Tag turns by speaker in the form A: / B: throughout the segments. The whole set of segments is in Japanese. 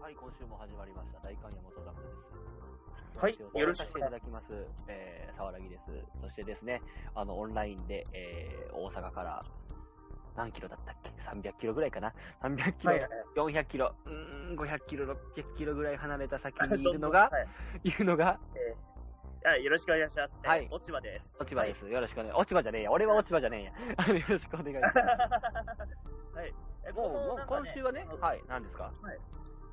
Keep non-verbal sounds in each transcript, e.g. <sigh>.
A: はい、今週も始まりました。大観山本ダムです。
B: はい
A: 今週
B: よろ
A: お
B: しく
A: 願いさせていただきます。えー、沢良木です。そしてですね、あの、オンラインで、えー、大阪から、何キロだったっけ ?300 キロぐらいかな ?300 キロ、
B: はいはい
A: 400キロ、うーん、500キロ、600キロぐらい離れた先
B: はい。
A: にいるのが、
B: はい
A: いるのが、
B: えーはい、よろしくお願いします。
A: はい
B: 落ち葉です。
A: 落ち葉です。よろしくお願い。落ち葉じゃねえや。俺は落ち葉じゃねえや。あのよろしくお願いし
B: <laughs>
A: ます。
B: はい。え
A: もう、
B: この
A: もう
B: なんか
A: 今週はね、はい、何ですか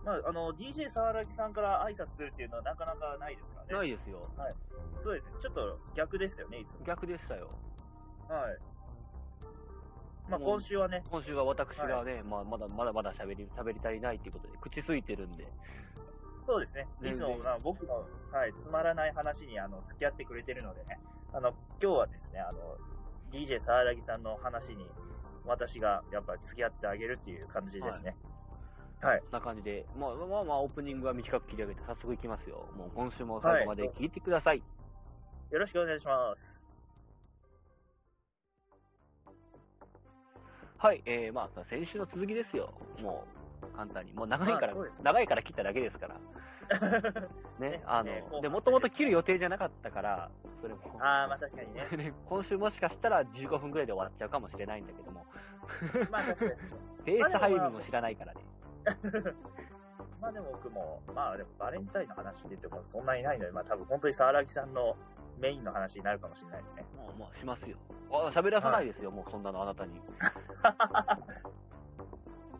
B: まあ、あの、DJ 沢良木さんから挨拶するっていうのはなかなかないですからね。
A: ないですよ。
B: そうですね。ちょっと逆ですよね、いつも。
A: 逆でしたよ。
B: はい。まあ、
A: もう
B: 今週はね、
A: 今週は私がね、まあ、まだまだまだ喋り、喋り足りないっていうことで、口ついてるんで、
B: そうですね。い
A: 全
B: つ
A: 然
B: も、まあ、僕の、はい、つまらない話に、あの、付き合ってくれてるのでね。あの、今日はですね、あの、DJ 沢良木さんの話に、私が、やっぱ、付き合ってあげるっていう感じですね。
A: こんな感じで、まあまあまあ、オープニングは短く切り上げて、早速いきますよ。もう今週も最後まで聞いてください。
B: よろしくお願いします。 <laughs>
A: はい、えー、まあ、先週の続きですよ。もう、簡単に。もう長いから、
B: まあそうですね
A: 長いから切っただけですから。ね
B: ね、
A: あ
B: ね
A: の、
B: 後半
A: で、もともと切る予定じゃなかったから、それも。
B: ああ、まあ確かにね。
A: ね <laughs> 今週もしかしたら15分くらいで終わっちゃうかもしれないんだけども、
B: まあ確かに。
A: ペース配分も知らないからね。
B: まあでも僕も、まあでもバレンタインの話でとかそんなにないので、まあ多分本当に沢良木さんのメインの話になるかもしれないですね。
A: もう、もうしますよ。あ、喋らさないですよ、もうそんなのあな
B: <laughs>
A: たに。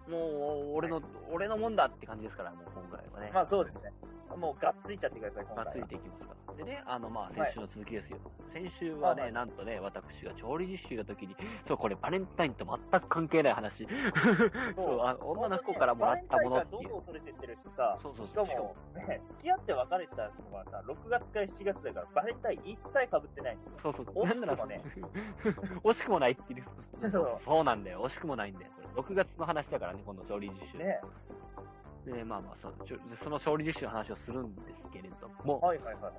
A: もう、俺の、俺のもんだって感じですから、もう今回はね。
B: まあそうですね。もうがっついちゃってください、今
A: が
B: 回
A: っ
B: は。
A: ついていきますから。でね、あの、まあ、先週の続きですよ。先週はね、
B: はい
A: なんとね、私が調理実習の時に、そう、これバレンタインと全く関係ない話。そうあ、女の子からもらったものって
B: バレンタインからどん
A: い
B: ど
A: う。
B: ん恐れてってるしさ、
A: そうそう
B: し
A: そう。
B: か
A: しかも
B: も、ね、付き合って別れたのはさ、6月から7月だからバレンタイン一切被ってないんですよ。
A: そうそう。
B: 惜しく
A: な
B: もね
A: んなら惜しくもないっていう。
B: そう
A: そうなんだよ。惜しくもないんだよ。これ6月の話だからね、今度調理実習。
B: ね。
A: で、まあまあそう、ちょその勝利実習の話をするんですけれども、
B: はいはいはい。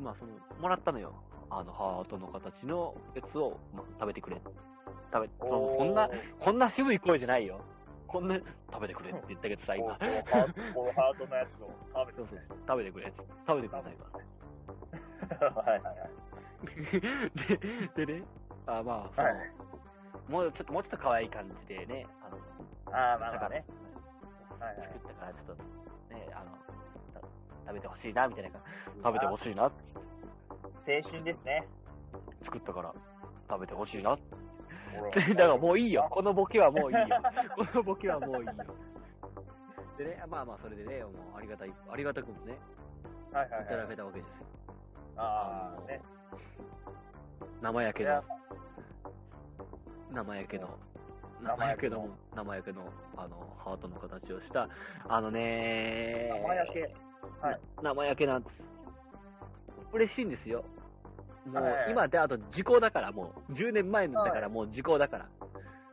A: まあその、もらったのよ。あの、ハートの形のやつを、まあ、食べてくれ。食べ、そのそんな
B: お、ー
A: こんな渋い声じゃないよ。こんな、食べてくれって言ったけどさ、
B: こう
A: 今。
B: こうハートこうハートのやつを食
A: そう
B: べてます
A: そう
B: ね。
A: 食べてくれ。食べてくれないか
B: <laughs> はいはいはい。
A: で、でね、あまあ、その、
B: はい
A: もうちょっと、もうちょっと可愛い感じでね、あの、
B: あ
A: だ
B: あ、まあま
A: か
B: あ
A: ら
B: ね
A: ね。、
B: はいはい
A: 作ったからちょっと、ね、あの、た食べてほしいな、みたいな感じ食べてほしいな
B: 青春ですね。
A: 作ったから食べて <laughs> ほしいな。
B: だ
A: だからもういいよ。このボケはもういい <laughs> よ。このボケはもういいよ。でね、まあまあそれでね、もうありがたい、ありがたくもね、
B: はいはい
A: いただ
B: は
A: け
B: い。
A: たわけですよ。
B: ああ、ね。
A: 生やけ
B: いや
A: の、生やけの、生
B: 生
A: や
B: 焼
A: け
B: け
A: の
B: の、
A: 生やけの、あの、ハートの形をした、あのね
B: 生焼けはい
A: な生やけなんです。嬉しいんですよ。もう
B: はい
A: 今であと時効だからもう、10年前のだからもう時効だか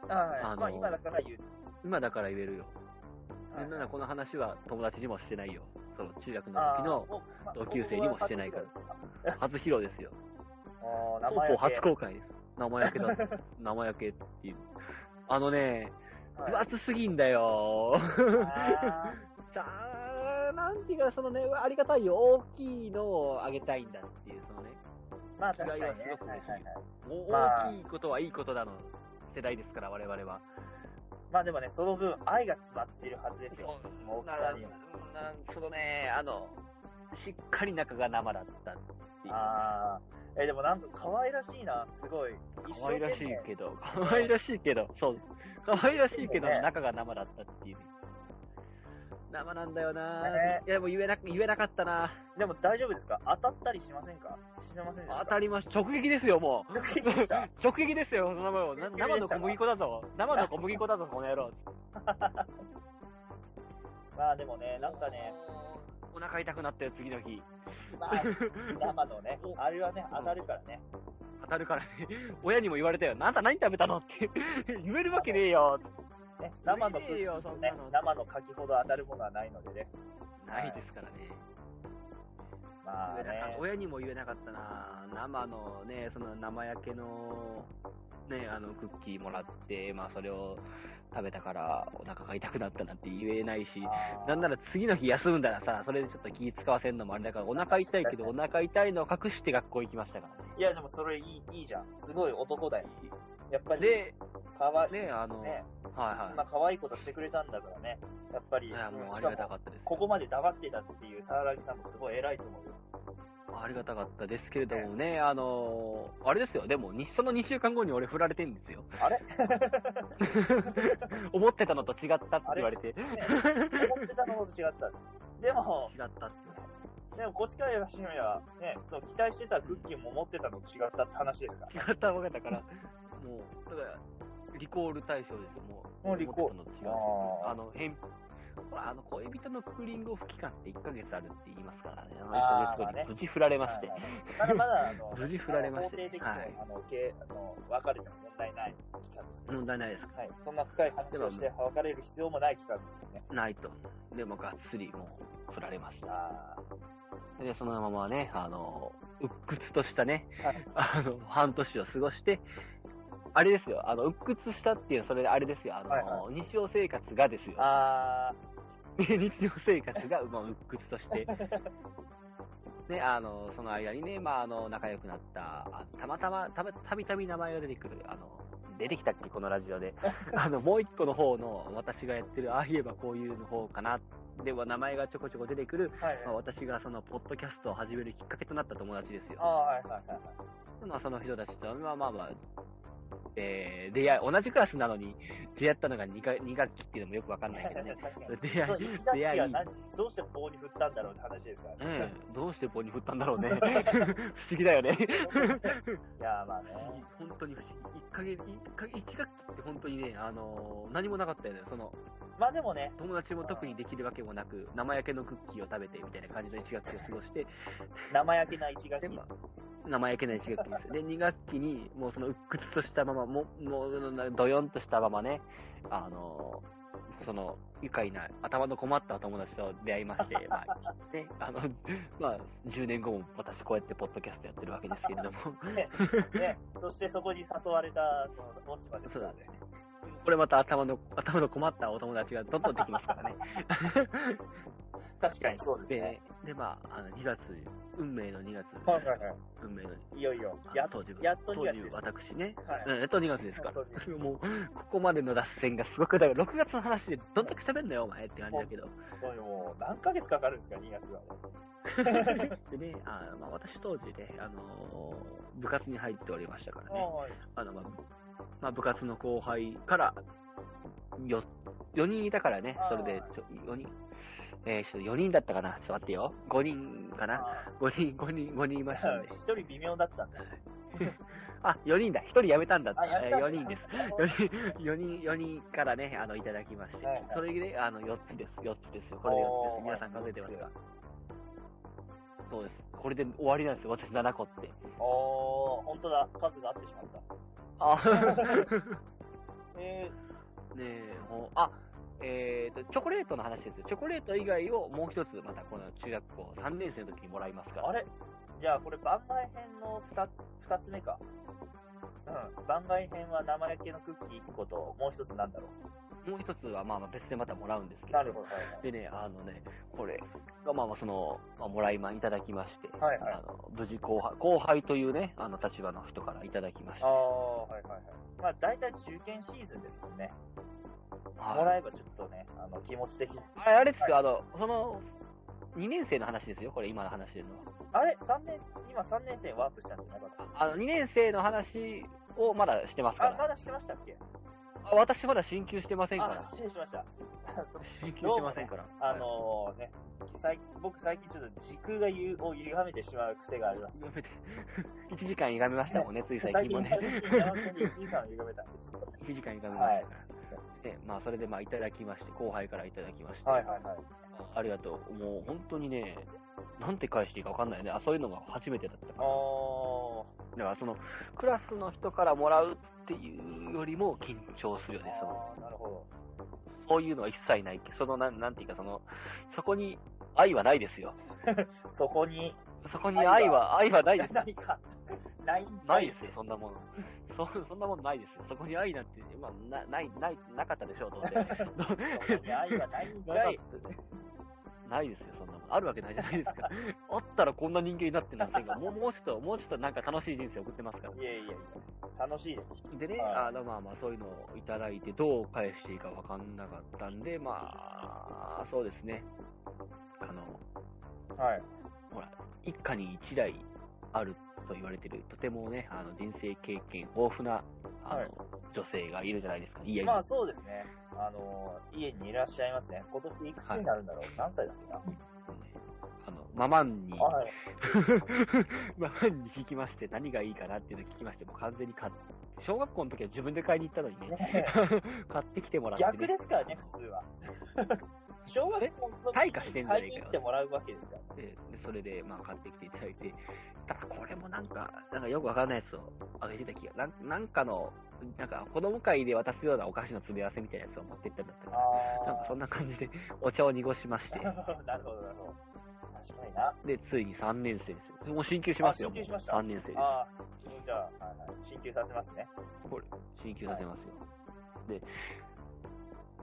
A: ら。
B: はい。
A: あのー
B: まあ今だから言う。
A: 今だから言えるよ。
B: はい
A: なんならこの話は友達にもしてないよ。その中学の
B: あ
A: 時
B: ー
A: の
B: もうまあ
A: 同級生にもしてないから初披露ですよ。
B: おー名
A: 高
B: 前
A: 校初公開です。生焼けだ。
B: <laughs>
A: 生焼けっていう。あのね、
B: はい
A: 分厚すぎんだよ。
B: あ
A: さあ、なんていうか、そのね、ありがたいよ。大きいのをあげたいんだっていう、そのね、
B: ーまあ確かにね。
A: 違いはすごく
B: はいはいはい
A: お
B: まあ
A: 大きいことはいいことだの世代ですから、我々は。
B: まあでもね、その分愛が詰まってるはずですよ。
A: そうななそのね、あの、しっかり中が生だったっていう。
B: ああ。え、でもなんか可愛らしいな、すごい。
A: 可愛らしい
B: 一生懸命
A: けど、可愛らしいけど、そう。可愛らしいけど、
B: でもね
A: 中が生だったっていう。生なんだよな、
B: ね
A: いや、もう言えな、言えなかったな
B: でも大丈夫ですか当たったりしませんかしませんでした
A: 当たりました。直撃ですよ、もう。
B: 直撃でした。
A: <laughs> 直撃ですよ、その前を。な
B: 直撃でしたか
A: 生の小麦粉だぞ。生の小麦粉だぞ、この野郎。
B: <laughs> まあでもね、なんかね、
A: お腹痛くなったよ、次の日。
B: まあ、生のね、あれはね、当たるからね。
A: 当たるからね。 <laughs> 親にも言われたよ。あんた何食べたのって。 <laughs> 言えるわけねえよ。
B: ね生の空
A: うめえよそん
B: ね
A: なの、
B: 生の柿ほど当たるものはないのでね。
A: ないですからね。
B: まあ
A: 言えなかっ
B: ね
A: た。親にも言えなかったな生のね、その生焼けの、ね、あの、クッキーもらって、まあそれを食べたからお腹が痛くなったなんて言えないし、
B: あー
A: なんなら次の日休んだらさ、それでちょっと気使わせんのもあれだから、お腹痛いけど、お腹痛いのを隠して学校行きましたからね。
B: いや、でもそれいい、いいじゃん。すごい男だよ。やっぱり、
A: で、
B: かわいい。
A: ね、あの、
B: ね、
A: は
B: そん
A: いは
B: な可愛いことしてくれたんだからね。やっぱり、
A: い。いや、もうあ
B: し
A: り
B: か
A: がた
B: も、
A: かったです。
B: ここまで黙ってたっていう沢木さんもすごい偉いと
A: <laughs>
B: 思うよ。
A: ありがたかったですけれどもね、あのーあれですよ、でも、にその2週間後に俺振られてんですよ。
B: あれ
A: 思ってたのと違ったって言われて。違っ
B: ね思ってたのと違った。でも、
A: たって言われて。
B: でも、こっちから言わせてみれば、ね、そう、期待してたクッキーも思ってたのと違ったって話ですから。
A: 違ったわけだから、もう、だから、リコール対象ですよ、もう。
B: もうリコール
A: 思ってたのと違う。
B: あ
A: あの、返ほら、あの、恋人のクーリングオフ期間って1ヶ月あるって言いますからね。
B: あ
A: あ
B: ー
A: の
B: まあね
A: 無事振られまして。
B: まだまだ、あの、
A: 無事振られまして
B: 肯定的にも、
A: はい
B: あの、けあの、別れても問題ない期間ですね。
A: 問題ないですか
B: はい。そんな深い話をして別れる必要もない期間ですよね。
A: ないと。でも、がっつり、もう、振られました。
B: あ
A: で、そのままね、あの、鬱屈としたね、
B: はい
A: あの、半年を過ごして、あれですよ、あの、鬱屈したっていう、それ、あれですよ、あの、
B: はいは
A: 日常生活がですよ
B: ー。あ
A: 日常生活が、まあ、鬱屈と
B: <laughs>
A: して。ね、あの、その間にね、まあ、あの、仲良くなった、あたまたま、たまたびたび名前が出てくる、あの、出てきたっけ、このラジオ
B: <laughs>
A: で。あの、もう一個の方の、私がやってる、ああ言えばこういうの方かな、では名前がちょこちょこ出てくる、
B: ー、はい。
A: まあ、私がその、ポッドキャストを始めるきっかけとなった友達です
B: あー、
A: よ。
B: はいはいはいはい。。
A: まあ、その人たちとは、まあまあまあ、えー、出会い、同じクラスなのに、出会ったのが 2, か2学期っていうのもよくわかんないけどね
B: 確か
A: <laughs>
B: に。
A: 出
B: <laughs> そ
A: 会
B: う
A: い
B: 一、打席
A: 出会、
B: はい何どうして棒に振ったんだろうって話ですから
A: ね
B: ね。
A: え、どうして棒に振ったんだろ <laughs> うね。不思議だよね。
B: <laughs> いやーまあね。
A: 本当に不思議。1ヶ月、1ヶ月、1学期って本当にね、あのー何もなかったよね。その、
B: まあでもね、
A: 友達も特にできるわけもなく、生焼けのクッキーを食べてみたいな感じの1学期を過ごして、
B: 生焼けな一学
A: で、<laughs>
B: 期。
A: まあ、生焼けない1学期ですよ。で、2学期に、もうその、うっくつとしたまま、もう、もう、どよんとしたままね、あのーその、愉快な、頭の困ったお友達と出会いま
B: <laughs>
A: して、まあ、ね、あの、まあ、10年後も私こうやってポッドキャストやってるわけですけれども、
B: ねね、そしてそこに誘われた、その、落ち葉ですからね。
A: これまた頭の、頭の困ったお友達がどんどんできますからね。
B: 確かにそうですね。
A: で、で、まあ、あの、2月、運命の2月、
B: はいはいは
A: 運命の、
B: い。いよいよ。
A: あ
B: やっ
A: 当時、
B: やっと2
A: 当
B: 月
A: 時
B: です。
A: 私ね、
B: はい
A: うんやっと2月ですから
B: そうで。
A: <laughs> もう、ここまでの脱線がすごく、だから6月の話でどんだけ喋んのよ、お前って感じだけど。 <laughs>
B: そうよもう、何ヶ月かかるんですか、2月は。
A: でね、あまあ、私当時ね、あのー部活に入っておりましたからね。
B: はい。
A: あの、まあ、まあ、部活の後輩から、よ、4人いたからね、それでちょ、4人、えー、ちょっと4人だったかな、ちょっと待ってよ。5人かな
B: あ
A: ?5 人、5人、5人いましたん
B: ー
A: で。
B: 一人微妙だったんだ。
A: あ、4人だ。1人辞めたんだった。
B: あやめたんだ
A: 4人です。4人、4人 <laughs> からね、あの、いただきまして。
B: はいはい
A: それで、あの、4つです。4つですよ。これで4つです。
B: おー
A: 皆さん数えてますかそうです。これで終わりなんですよ。私7個って。
B: おー、本当だ。数が合ってしまった。
A: あ、 <laughs>
B: え
A: ねえ、ほうあ、えーと、チョコレートの話ですよ。チョコレート以外をもう一つ、またこの中学校3年生の時にもらいますか
B: ー、あ
A: ら。
B: れじゃあこれ番外編の 2, 二つ目か。うん。番外編は生焼けのクッキー1個と、もう一つなんだろ
A: もう一つは、まあまあ別でまたもらうんですけ
B: う。
A: ど。
B: なるほど。はい
A: でね、あのね、これが、まあまあ、その、まあ、もらいまんいただきまして、
B: はいはい
A: あの無事後輩、後輩というね、あの立場の人からいただきまして、
B: ああ、はいはいはい。まあ大体受験シーズンですもんね。
A: はい
B: もらえばちょっとね、あの気持ち的に。
A: あれあれですか、あの、その、2年生の話ですよ、これ今の話でのは。
B: あれ三年、今3年生ワープしたんじゃなかった
A: あの、2年生の話をまだしてますか
B: あ、
A: ら。
B: まだしてましたっけ
A: あ私まだ進級してませんか
B: あ、
A: ら。
B: 失礼しました。
A: 進級してませんから。
B: あ
A: <laughs>
B: のね、最僕最近ちょっと時空がゆを歪めてしまう癖があります。
A: やめて1時間歪めました
B: <laughs>
A: もんね、つい最
B: 最
A: 近
B: 近
A: も
B: ね、
A: ね。 <laughs>
B: 山本に1時間歪めたんで、ちょっと。
A: 1時間歪めましたから。で、まあ、それでまあ、いただきまして、後輩からいただきまして、
B: はいはいはい。
A: ありがとう。もう本当にね、なんて返していいかわかんないね。あ、そういうのが初めてだったから。
B: お
A: だからその、クラスの人からもらうっていうよりも緊張するよ
B: ー
A: ね。その、
B: あー、なるほど。
A: そういうのは一切ない。その、なん、なんていうか、その、そこに愛はないですよ。
B: そこに
A: そこに愛は、愛はない <laughs> です。
B: ないか。ないんか
A: ないですよ、そんなもの。そそんなものないですよ。そこに愛なんて、まあ、なない、ない、 <laughs> なかったでしょう、当然。
B: 愛はないんか
A: ないい。ないですよ、そんなもの。あるわけないじゃないです <laughs> か。あったらこんな人間になってませんが、もう、もうちょっと、もうちょっとなんか楽しい人生送ってますから。
B: いやいやいや、楽しいです。
A: でね、
B: はい
A: あのまあまあ、そういうのをいただいて、どう返していいかわかんなかったんで、まあ、そうですね。あの、
B: はい。
A: 一家に一台あると言われてる、とてもね、あの人生経験豊富なあの、
B: はい
A: 女性がいるじゃないですか。いやいや、
B: まあそうですね。あの、家にいらっしゃいますね。今年いくつになるんだろう、何歳だっけな。
A: あの、ママンに、
B: はい。
A: ママンに聞き <laughs> まして、何がいいかなっていうのを聞きまして、もう完全に買っ小学校の時は自分で買いに行ったのにね、
B: ね
A: <laughs> 買ってきてもらって、ね。
B: 逆ですからね、普通は。 <laughs> 小学校の時
A: 退化してんじゃねえかよ
B: 買いに行ってもらうわけですから。
A: で、でそれで、まあ、買ってきていただいて、ただこれもなんか、なんかよくわからないやつをあげてた気が、なんなんかの、なんか子供会で渡すようなお菓子の詰め合わせみたいなやつを持ってったんだったか
B: あ
A: ら、なんかそん
B: な。
A: な感じでお茶を濁しまして、
B: <laughs> なるほど、なるほど。確かにな。
A: で、ついに3年生ですよ。もう進級しますよ、
B: あ進級しました
A: 3年生で
B: ああ、じゃあ、はいはい、進級させますね。
A: す。進級させますよ。で、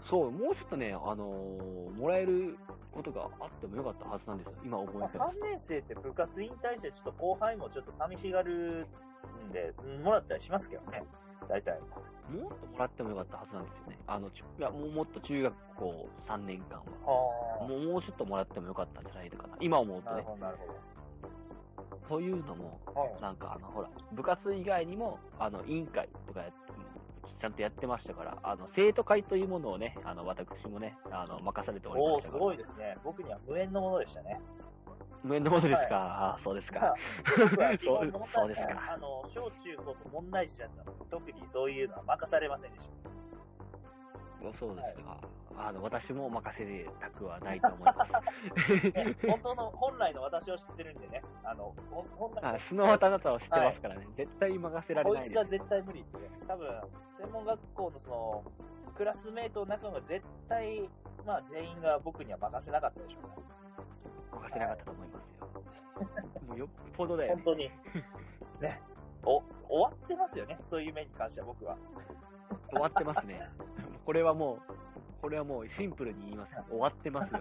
A: そう、もうちょっとね、あのーもらえることがあってもよかったはずなんですよ。今思い
B: ま
A: ま
B: あ、
A: した。
B: 3年生って部活引退して、ちょっと後輩もちょっと寂しがるんで、うんもらったりしますけどね。大体。
A: もっともらってもよかったはずなんですよね。あの、ちいや、もうもっと中学校3年間は。
B: あ
A: もうもうちょっともらってもよかったんじゃないのかな。今思う
B: あ。
A: と
B: なる
A: ね。
B: ほど、なる
A: そういうのも、
B: ほど。はい
A: なんかあの、ほら、部活以外にも、あの、委員会とかやって、ちゃんとやってましたから、あの、生徒会というものをね、あの、私もね、あの、任されており
B: お
A: ま
B: お
A: し
B: す
A: たから。
B: ごいですね。僕には無縁のものでした <laughs> ね。
A: 面倒ことですか、ああそうですか。
B: 僕は基
A: そう
B: 本
A: <laughs> そうですか。
B: あの、小中高と問題児だったので、特にそういうのは任されませんでし
A: そうですか。あの、私も任せたくはないと思い
B: <laughs>
A: ます。
B: た。ね、本当の、本来の私を知ってるんでね、あの、ほん本来の
A: あ素のあなたを知ってますからね、絶対に任せられ
B: こ
A: ない
B: いつ
A: で
B: は
A: す。
B: 絶対無理って、多分、専門学校のその、クラスメイトの中の絶対、まあ全員が僕には任せなかったでしょうね。
A: 任せなかったと思いますよ。もうよっぽどだよ
B: 本
A: ね。
B: 当
A: <laughs>
B: に。ね。お、終わってますよね。そういう面に関しては僕は。
A: 終わってますね。 <laughs> これはもう、これはもうシンプルに言いますよ。終わってますよ。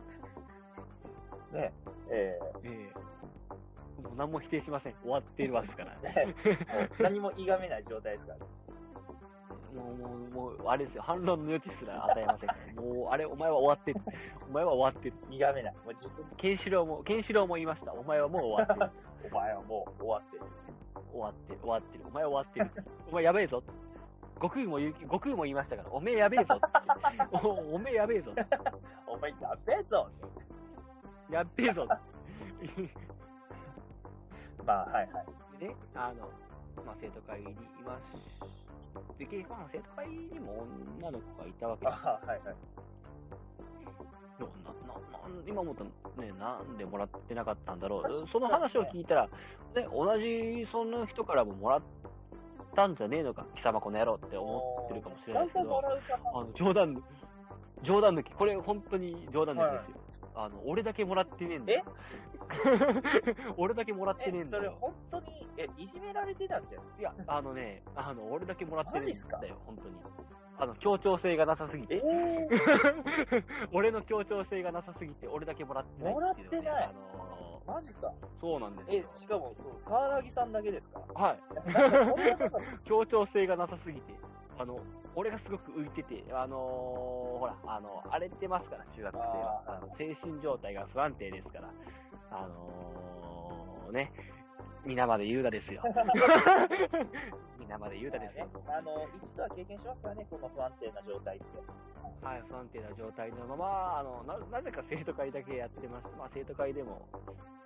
B: ね。え
A: ええもう何も否定しません。終わってるわけですから
B: え。
A: <laughs>
B: ね。もう何もいがめない状態ですからね。
A: もう、もう、もう、あれですよ。反論の余地すら与えませんから。もう、あれ、お前は終わってる。お前は終わってる。
B: いがめない。もう自分、
A: ケンシロウも、ケンシロウも言いました。お前はもう終わってる。
B: お前はもう終わってる。
A: 終わってる、終わってる、お前終わってる、お前やべえぞ、悟空も言う悟空も言いましたから、おめえやべえぞっておおめえやべえぞ、
B: お前ダメぞ
A: やっべえぞ
B: まあ、はいはい。
A: でね、あの、まあ、生徒会にいますで、結構まあ生徒会にも女の子がいたわけで
B: ああ、はいはい。
A: すでもなななん今思うとね、なんでもらってなかったんだろう、その話を聞いたら、ね、同じその人からももらったんじゃねえのか、貴様この野郎って思ってるかもしれないですけ
B: 大体
A: ど
B: も。らうか
A: あの、冗談、冗談抜き、これ本当に冗談抜きですよ。あの、俺だけもらってねえんだよ。 <laughs> 俺だけもらって
B: え
A: ねえん、だ
B: それ
A: よ。
B: 本当に、え、いじめられてたんじゃん。
A: いや、あのね、あの、俺だけもらってねえん
B: マ
A: だよ、本当に。あの、協調性がなさすぎて。
B: ええ
A: <laughs> 俺の協調性がなさすぎて、俺だけもらってないっていうのはね
B: もらってない
A: あの
B: マジか。
A: ーそうなんです
B: え
A: よ。、
B: しかも、そう、沢ラギさんだけです
A: <laughs>
B: か
A: はい。
B: なんかそんなこと
A: 協調性がなさすぎて、あの、俺がすごく浮いてて、あのーほら、あの、荒れてますから、中学生は。あ
B: あー
A: の精神状態が不安定ですから、あのー、ね、皆まで言うだ
B: <laughs>
A: ですよ。皆まで言うだですよ。
B: あの、一度は経験しますからね、この不安定な状態って。
A: はい、不安定な状態のまま、あの、な、なぜか生徒会だけやってました。まあ、生徒会でも、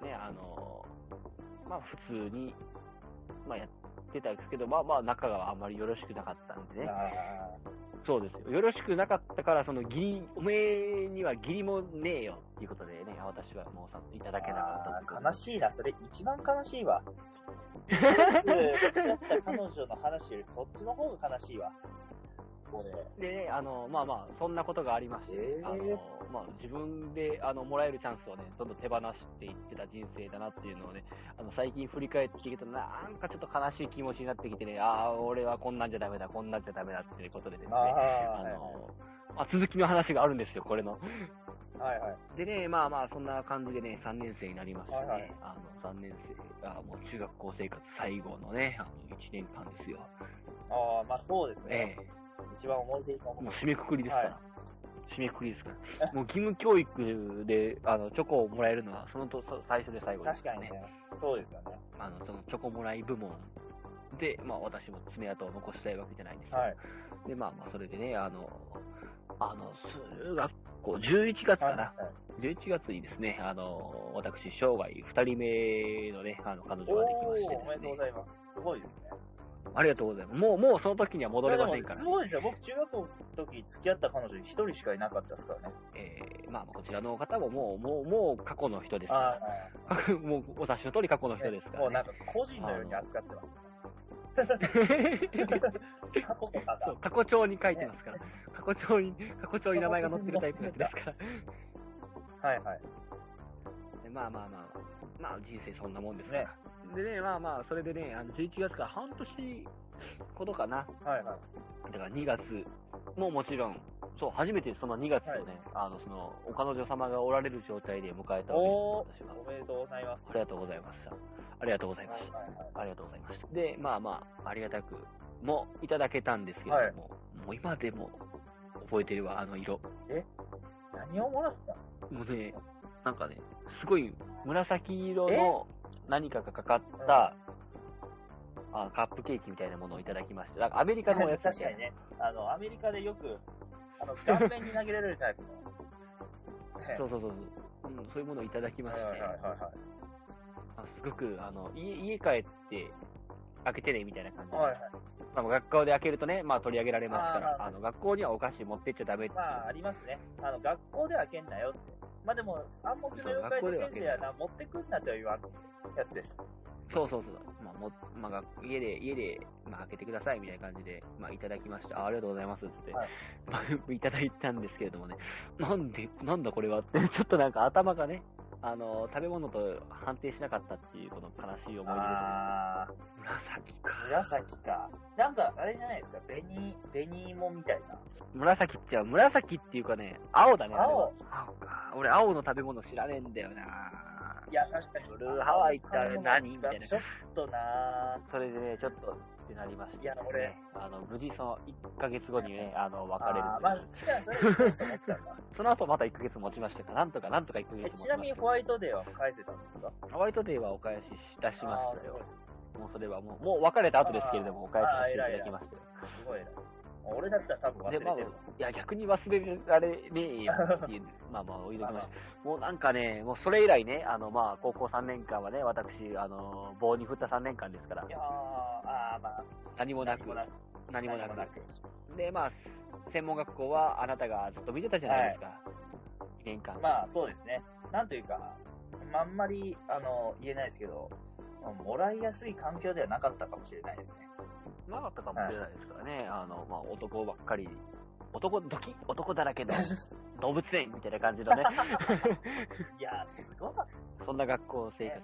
A: ね、あの、まあ、普通に、まあ、やってたんですけど、まあまあ、仲があんまりよろしくなかったんでね。
B: あ
A: そうですよ。よろしくなかったから、その義理、おめえには義理もねえよっていうことでね、私はもうさ、いただけなかった
B: あー、悲しいな、それ一番悲し
A: <laughs>
B: いわ。だった彼女の話よりそっちの方が悲しいわ。これ。
A: でね、あの、まあまあ、そんなことがありまして、
B: えー
A: あの、まあ、自分で、あの、もらえるチャンスをね、どんどん手放していってた人生だなっていうのをね、あの、最近振り返って聞くと、なんかちょっと悲しい気持ちになってきてね、ああ、俺はこんなんじゃダメだ、こんなんじゃダメだっていうことでですね、
B: ああ
A: あの、まあ、続きの話があるんですよ、これの。
B: はいはい。
A: でね、まあまあ、そんな感じでね、3年生になりましたね。
B: はいはい
A: あの、3年生が、もう中学校生活最後のね、あの、1年間ですよ。
B: ああ、まあそうですね。
A: ええ
B: 一番思い出に残る
A: もう締めくくりですから。
B: はい
A: 締めくくりですから。もう義務教育で、あの、チョコをもらえるのは、そのと、そ最初で最後です
B: 確
A: か
B: からに
A: ね。
B: ね。そうですよね。
A: あの、そのチョコもらい部門で、まあ私も爪痕を残したいわけじゃないですよ <laughs>
B: はい。
A: で、まあまあそれでね、あの、あの、中学校、11月か
B: は
A: な。
B: い。
A: 11月にですね、あの、私、生涯2人目のね、あの、彼
B: お
A: 女ができまし
B: お
A: て
B: ー、お
A: で
B: めですとう
A: ね
B: ご。ざいます。すごいですね。
A: ありがとうございます。もう、もうその時には戻れませんから、
B: すごいですよ。僕、中学校の時付き合った彼女一人しかいなかったですからね。
A: えーまあ、こちらの方ももう、もう、もう過去の人です
B: <laughs> あ
A: から <laughs> もう、お察しの通り過去の人ですか
B: も
A: ら、
B: うな
A: ね
B: ん。か個人のように扱ってます。 <laughs> 過 <laughs> 去とか
A: <laughs> そう、過去帳に書いてますから。過去帳に、過去帳に名前が載ってるタイプのやつですから。
B: が。はいはい。
A: でまあまあまあ、まあ人生そんなもんですね。でね、まあまあ、それでね、あの11月から半年ほどかな。
B: はいはい。
A: だから2月ももちろん、そう、初めてその2月をね、あの、その、お彼女様がおられる状態で迎えた
B: お
A: わ
B: お
A: けです、私は。
B: おめでとうございます。
A: ありがとうございました。ありがとうございま
B: はい
A: し
B: はいはい。
A: た。ありがとうございました。で、まあまあ、ありがたくもいただけたんですけれども、もう今でも覚えてるわ、あの色。
B: 何をもらったの
A: もうね、なんかね、すごい紫色の何かがかかった、あカップケーキみたいなものをいただきました。なんかアメリカのやつ
B: 確かにね、あの、アメリカでよく、あの、顔面に投げられるタ <laughs> イプの。ね
A: そうそうそうそう、うん。そういうものをいただきまし
B: はい
A: て、
B: はいはいは
A: あすごくあの家家帰って開けてねみたいな感じ
B: い。
A: で、
B: はいはい。
A: まあ、学校で開けるとね、まあ、取り上げられますから
B: あーま
A: あの、学校にはお菓子持ってっちゃダメっていう、
B: まあ、ありますね。あの、学校では開けんなよって。まあでも、暗黙の了解
A: そう学校で
B: の
A: は開
B: 先
A: けん
B: 生
A: なよ
B: やな、持ってくんなとは言わんやつです。
A: そうそうそう、まあもまあ、学家で家で、まあ、開けてくださいみたいな感じで、まあ、いただきました、あありがとうございますって、
B: はい
A: い <laughs> いただいたんですけれどもね、なんで、なんだこれはって、ちょっとなんか頭がね、あの食べ物と判定しなかったっていう、この悲しい思い出
B: あー、
A: と、紫か、
B: 紫か。なんか、あれじゃないですか、紅、紅芋みたいな。
A: 紫っちゃ紫っていうかね、青だね。あれは
B: 青
A: 青か。俺、青の食べ物知らねえんだよな。
B: いや、確かに。ブ
A: ルーハワイってあれ何みたいな
B: ちょっとな
A: それでね、ちょっとってなりました、
B: いや俺、
A: あの、無事その1ヶ月後にね、あの、別れるん
B: あー
A: で
B: まあ、じゃあ、それはちょっと思
A: <laughs> その後
B: ったんだ。
A: また1ヶ月持ちましたかなんとかなんとか1ヶ月
B: え
A: 持ちまし
B: ち
A: た
B: なみにホワイトデーは返せたんですか
A: ホワイトデーはお返しいたしま
B: あー
A: した
B: す
A: よ
B: ごい。
A: もうそれはもう、もう別れた後ですけれども、お返しさせていただきましたよ。
B: すごいな。俺だったら多分忘
A: で、
B: れて
A: まあ、い
B: る。
A: や、逆に忘れられねえよって
B: <laughs>
A: いう、まあまあ、置いときました。もうなんかね、もうそれ以来ね、あの、まあ、高校3年間はね、私、あの、棒に振った3年間ですから
B: い、やー、あーまあ、
A: 何もなく、
B: 何もなく
A: 何もな
B: 何も
A: く
B: な。く
A: で、まあ、専門学校はあなたがずっと見てたじゃないですか。2年間。
B: まあ、そうですね。なんというか、まああんまり、あの、言えないですけど、もらいやすい環境ではなかったかもしれないですね。
A: なかったかもしれないですからね、あの、まあ、男ばっかり、男、時、男だら <laughs> けの動物園みたいな感じのね、 <laughs>
B: いやー、すごかっ
A: そんな学校生活、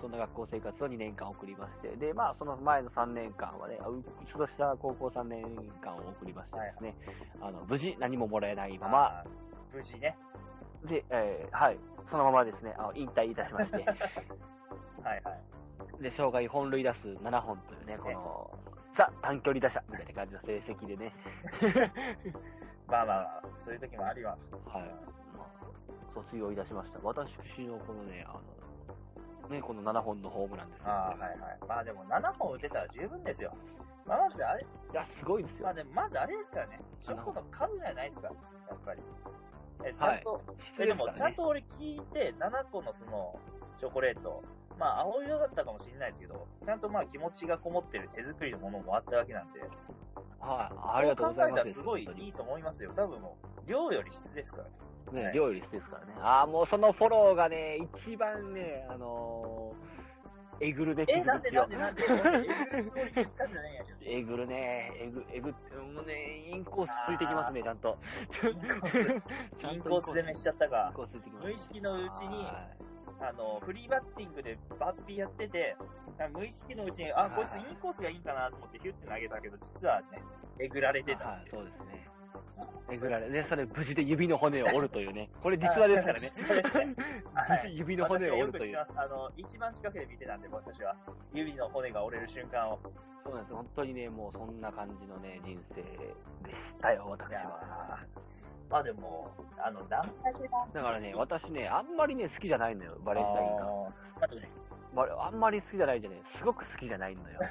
A: そんな学校生活を2年間送りまして、で、まあ、その前の3年間はね、あう一度した高校3年間を送りましてですね、あの、無事何ももらえない
B: た。
A: まま、
B: 無事ね。
A: で、えーはい、そのままですね、あの引退いたしまして、 <laughs>
B: はいはい。
A: で、生涯本塁打数7本というね、この、ザ短距離打者みたいな感じの成績でね、
B: まあまあまあ、そういう時もありは。
A: はい、まあ、卒業いたしました。私のこのね、あの、ね、この7本のホームランですよ、
B: ああ、はいはい。まあでも、7本打てたら十分ですよ。まあ、まずあ
A: い
B: れ、
A: や、すごいです
B: まあ
A: よ。
B: でも、まずあれですからね。ちょっとの数じゃないですから、やっぱり。え、ちゃんと、
A: 失
B: え
A: 礼です
B: でも
A: か
B: ちゃ
A: ら
B: ん
A: ね。
B: と俺聞いて7個のそのチョコレートまあ青色だったかもしれないですけどちゃんとまあ気持ちがこもってる手作りのものもあったわけなんで
A: はい、ありがとうございます。
B: そう考えたらすごいいいと思いますよ多分もう量より質ですからねは
A: ね
B: い、
A: 料理してですからね。ああ、もうそのフォローがね、一番ね、あのえぐるべき
B: え、
A: 傷
B: なんで
A: 口を
B: なんでなんでなんでえぐるつもりで言ったんじゃないんやけど。
A: えぐるねえぐ、えぐって、もうね、インコースついてきますね、ちゃんと。ちゃ
B: イン
A: んと
B: コース攻めしちゃった
A: <laughs> イ
B: が
A: ン、コースついてきます。
B: 無意識のうちに、
A: はい
B: あの、フリーバッティングでバッピーやってて、無意識のうちに、あ、こいつインコースがいいんかなと思ってヒュッて投げたけど、実はね、えぐられてた
A: は
B: っ
A: い、
B: ていう。
A: そうですね。えぐられ、ね、それ無事で指の骨を折るという
B: <laughs>
A: ね。これ実話ですからね。
B: は
A: 無
B: い
A: 事指の骨を折るとい
B: 私
A: う
B: は。よく知ってます。あの、一番近くで見てたんで、私は。指の骨が折れる瞬間を。
A: そうなんです。本当にね、もうそんな感じのね、人生でしたよ、私
B: いや
A: は。
B: ーまあでも、あの、何回目だ
A: だからね、私ね、あんまりね、好きじゃないのよ、バレンタインが。
B: あー
A: まああんまり好きじゃないじゃねえすごく好きじゃないのよ。 <laughs> だ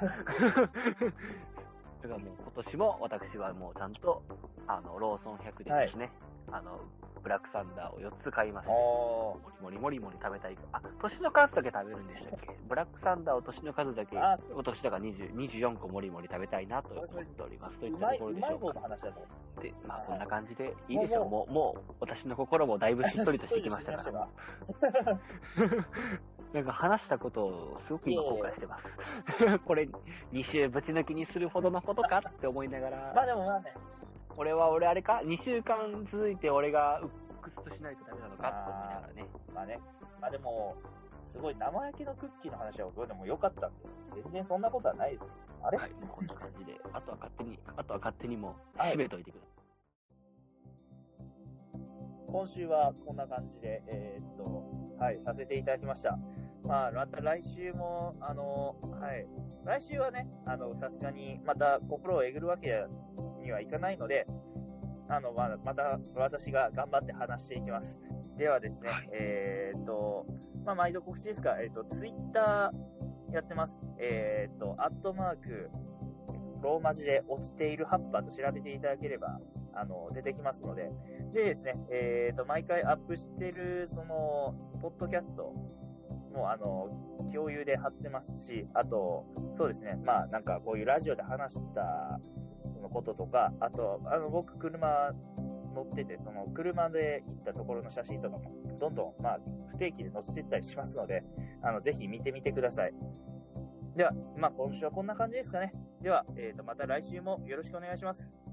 A: からもう今年も私はもうちゃんと、あの、ローソン100でですね、あの、ブラックサンダーを4つ買いました。
B: おー
A: もりもりもりもり食べたい。あ、年の数だけ食べるんでしたっけブラックサンダーを年の数だけ、
B: あ
A: 今年だから20 24個もりもり食べたいなと思っております。といっ
B: う
A: た
B: ま
A: と
B: い、
A: ころ
B: う
A: でし
B: まい
A: ょ
B: 方
A: う
B: の
A: か。
B: 話だと思う。
A: で、まあこんな感じでいいでしょう。もう、もう私の心もだいぶしっとりとしてきましたから。
B: が。
A: なんか話したことをすご <laughs> く今後悔してます。これ、2週ぶち抜きにするほどのことかって思いなが
B: まあ
A: ら、
B: でもまあね、
A: 俺は俺あれか ?2 週間続いて俺が鬱屈としないとダメなのかと思いながらね。
B: まあね、まあでも、すごい生焼けのクッキーの話はどうでもよかったんで、全然そんなことはないですよ。あれ、
A: はい、もうこんな感じで。あとは勝手に、あとは勝手にもう
B: はい
A: 締めといてくだ
B: 今週はこんな感じで、えーっと、はい、させていただきました。まあ、また来週も、あの、はい、来週はね、あの、さすがに、また心をえぐるわけにはいかないので、あの、まあまた私が頑張って話していきます。ではですね、
A: はい
B: えーっと、まあ、毎度告知ですが、えーっと、ツイッターやってます。えーっと、アットマーク、ローマ字で落ちている葉っぱと調べていただければ、あの、出てきますので、でですね、えーと、毎回アップしてる、その、ポッドキャストも、あの、共有で貼ってますし、あと、そうですね、まあ、なんかこういうラジオで話した、そのこととか、あと、あの、僕、車乗ってて、その、車で行ったところの写真とかも、どんどん、まあ、不定期で載せてったりしますので、あの、ぜひ見てみてください。では、まあ、今週はこんな感じですかね。では、えーと、また来週もよろしくお願いします。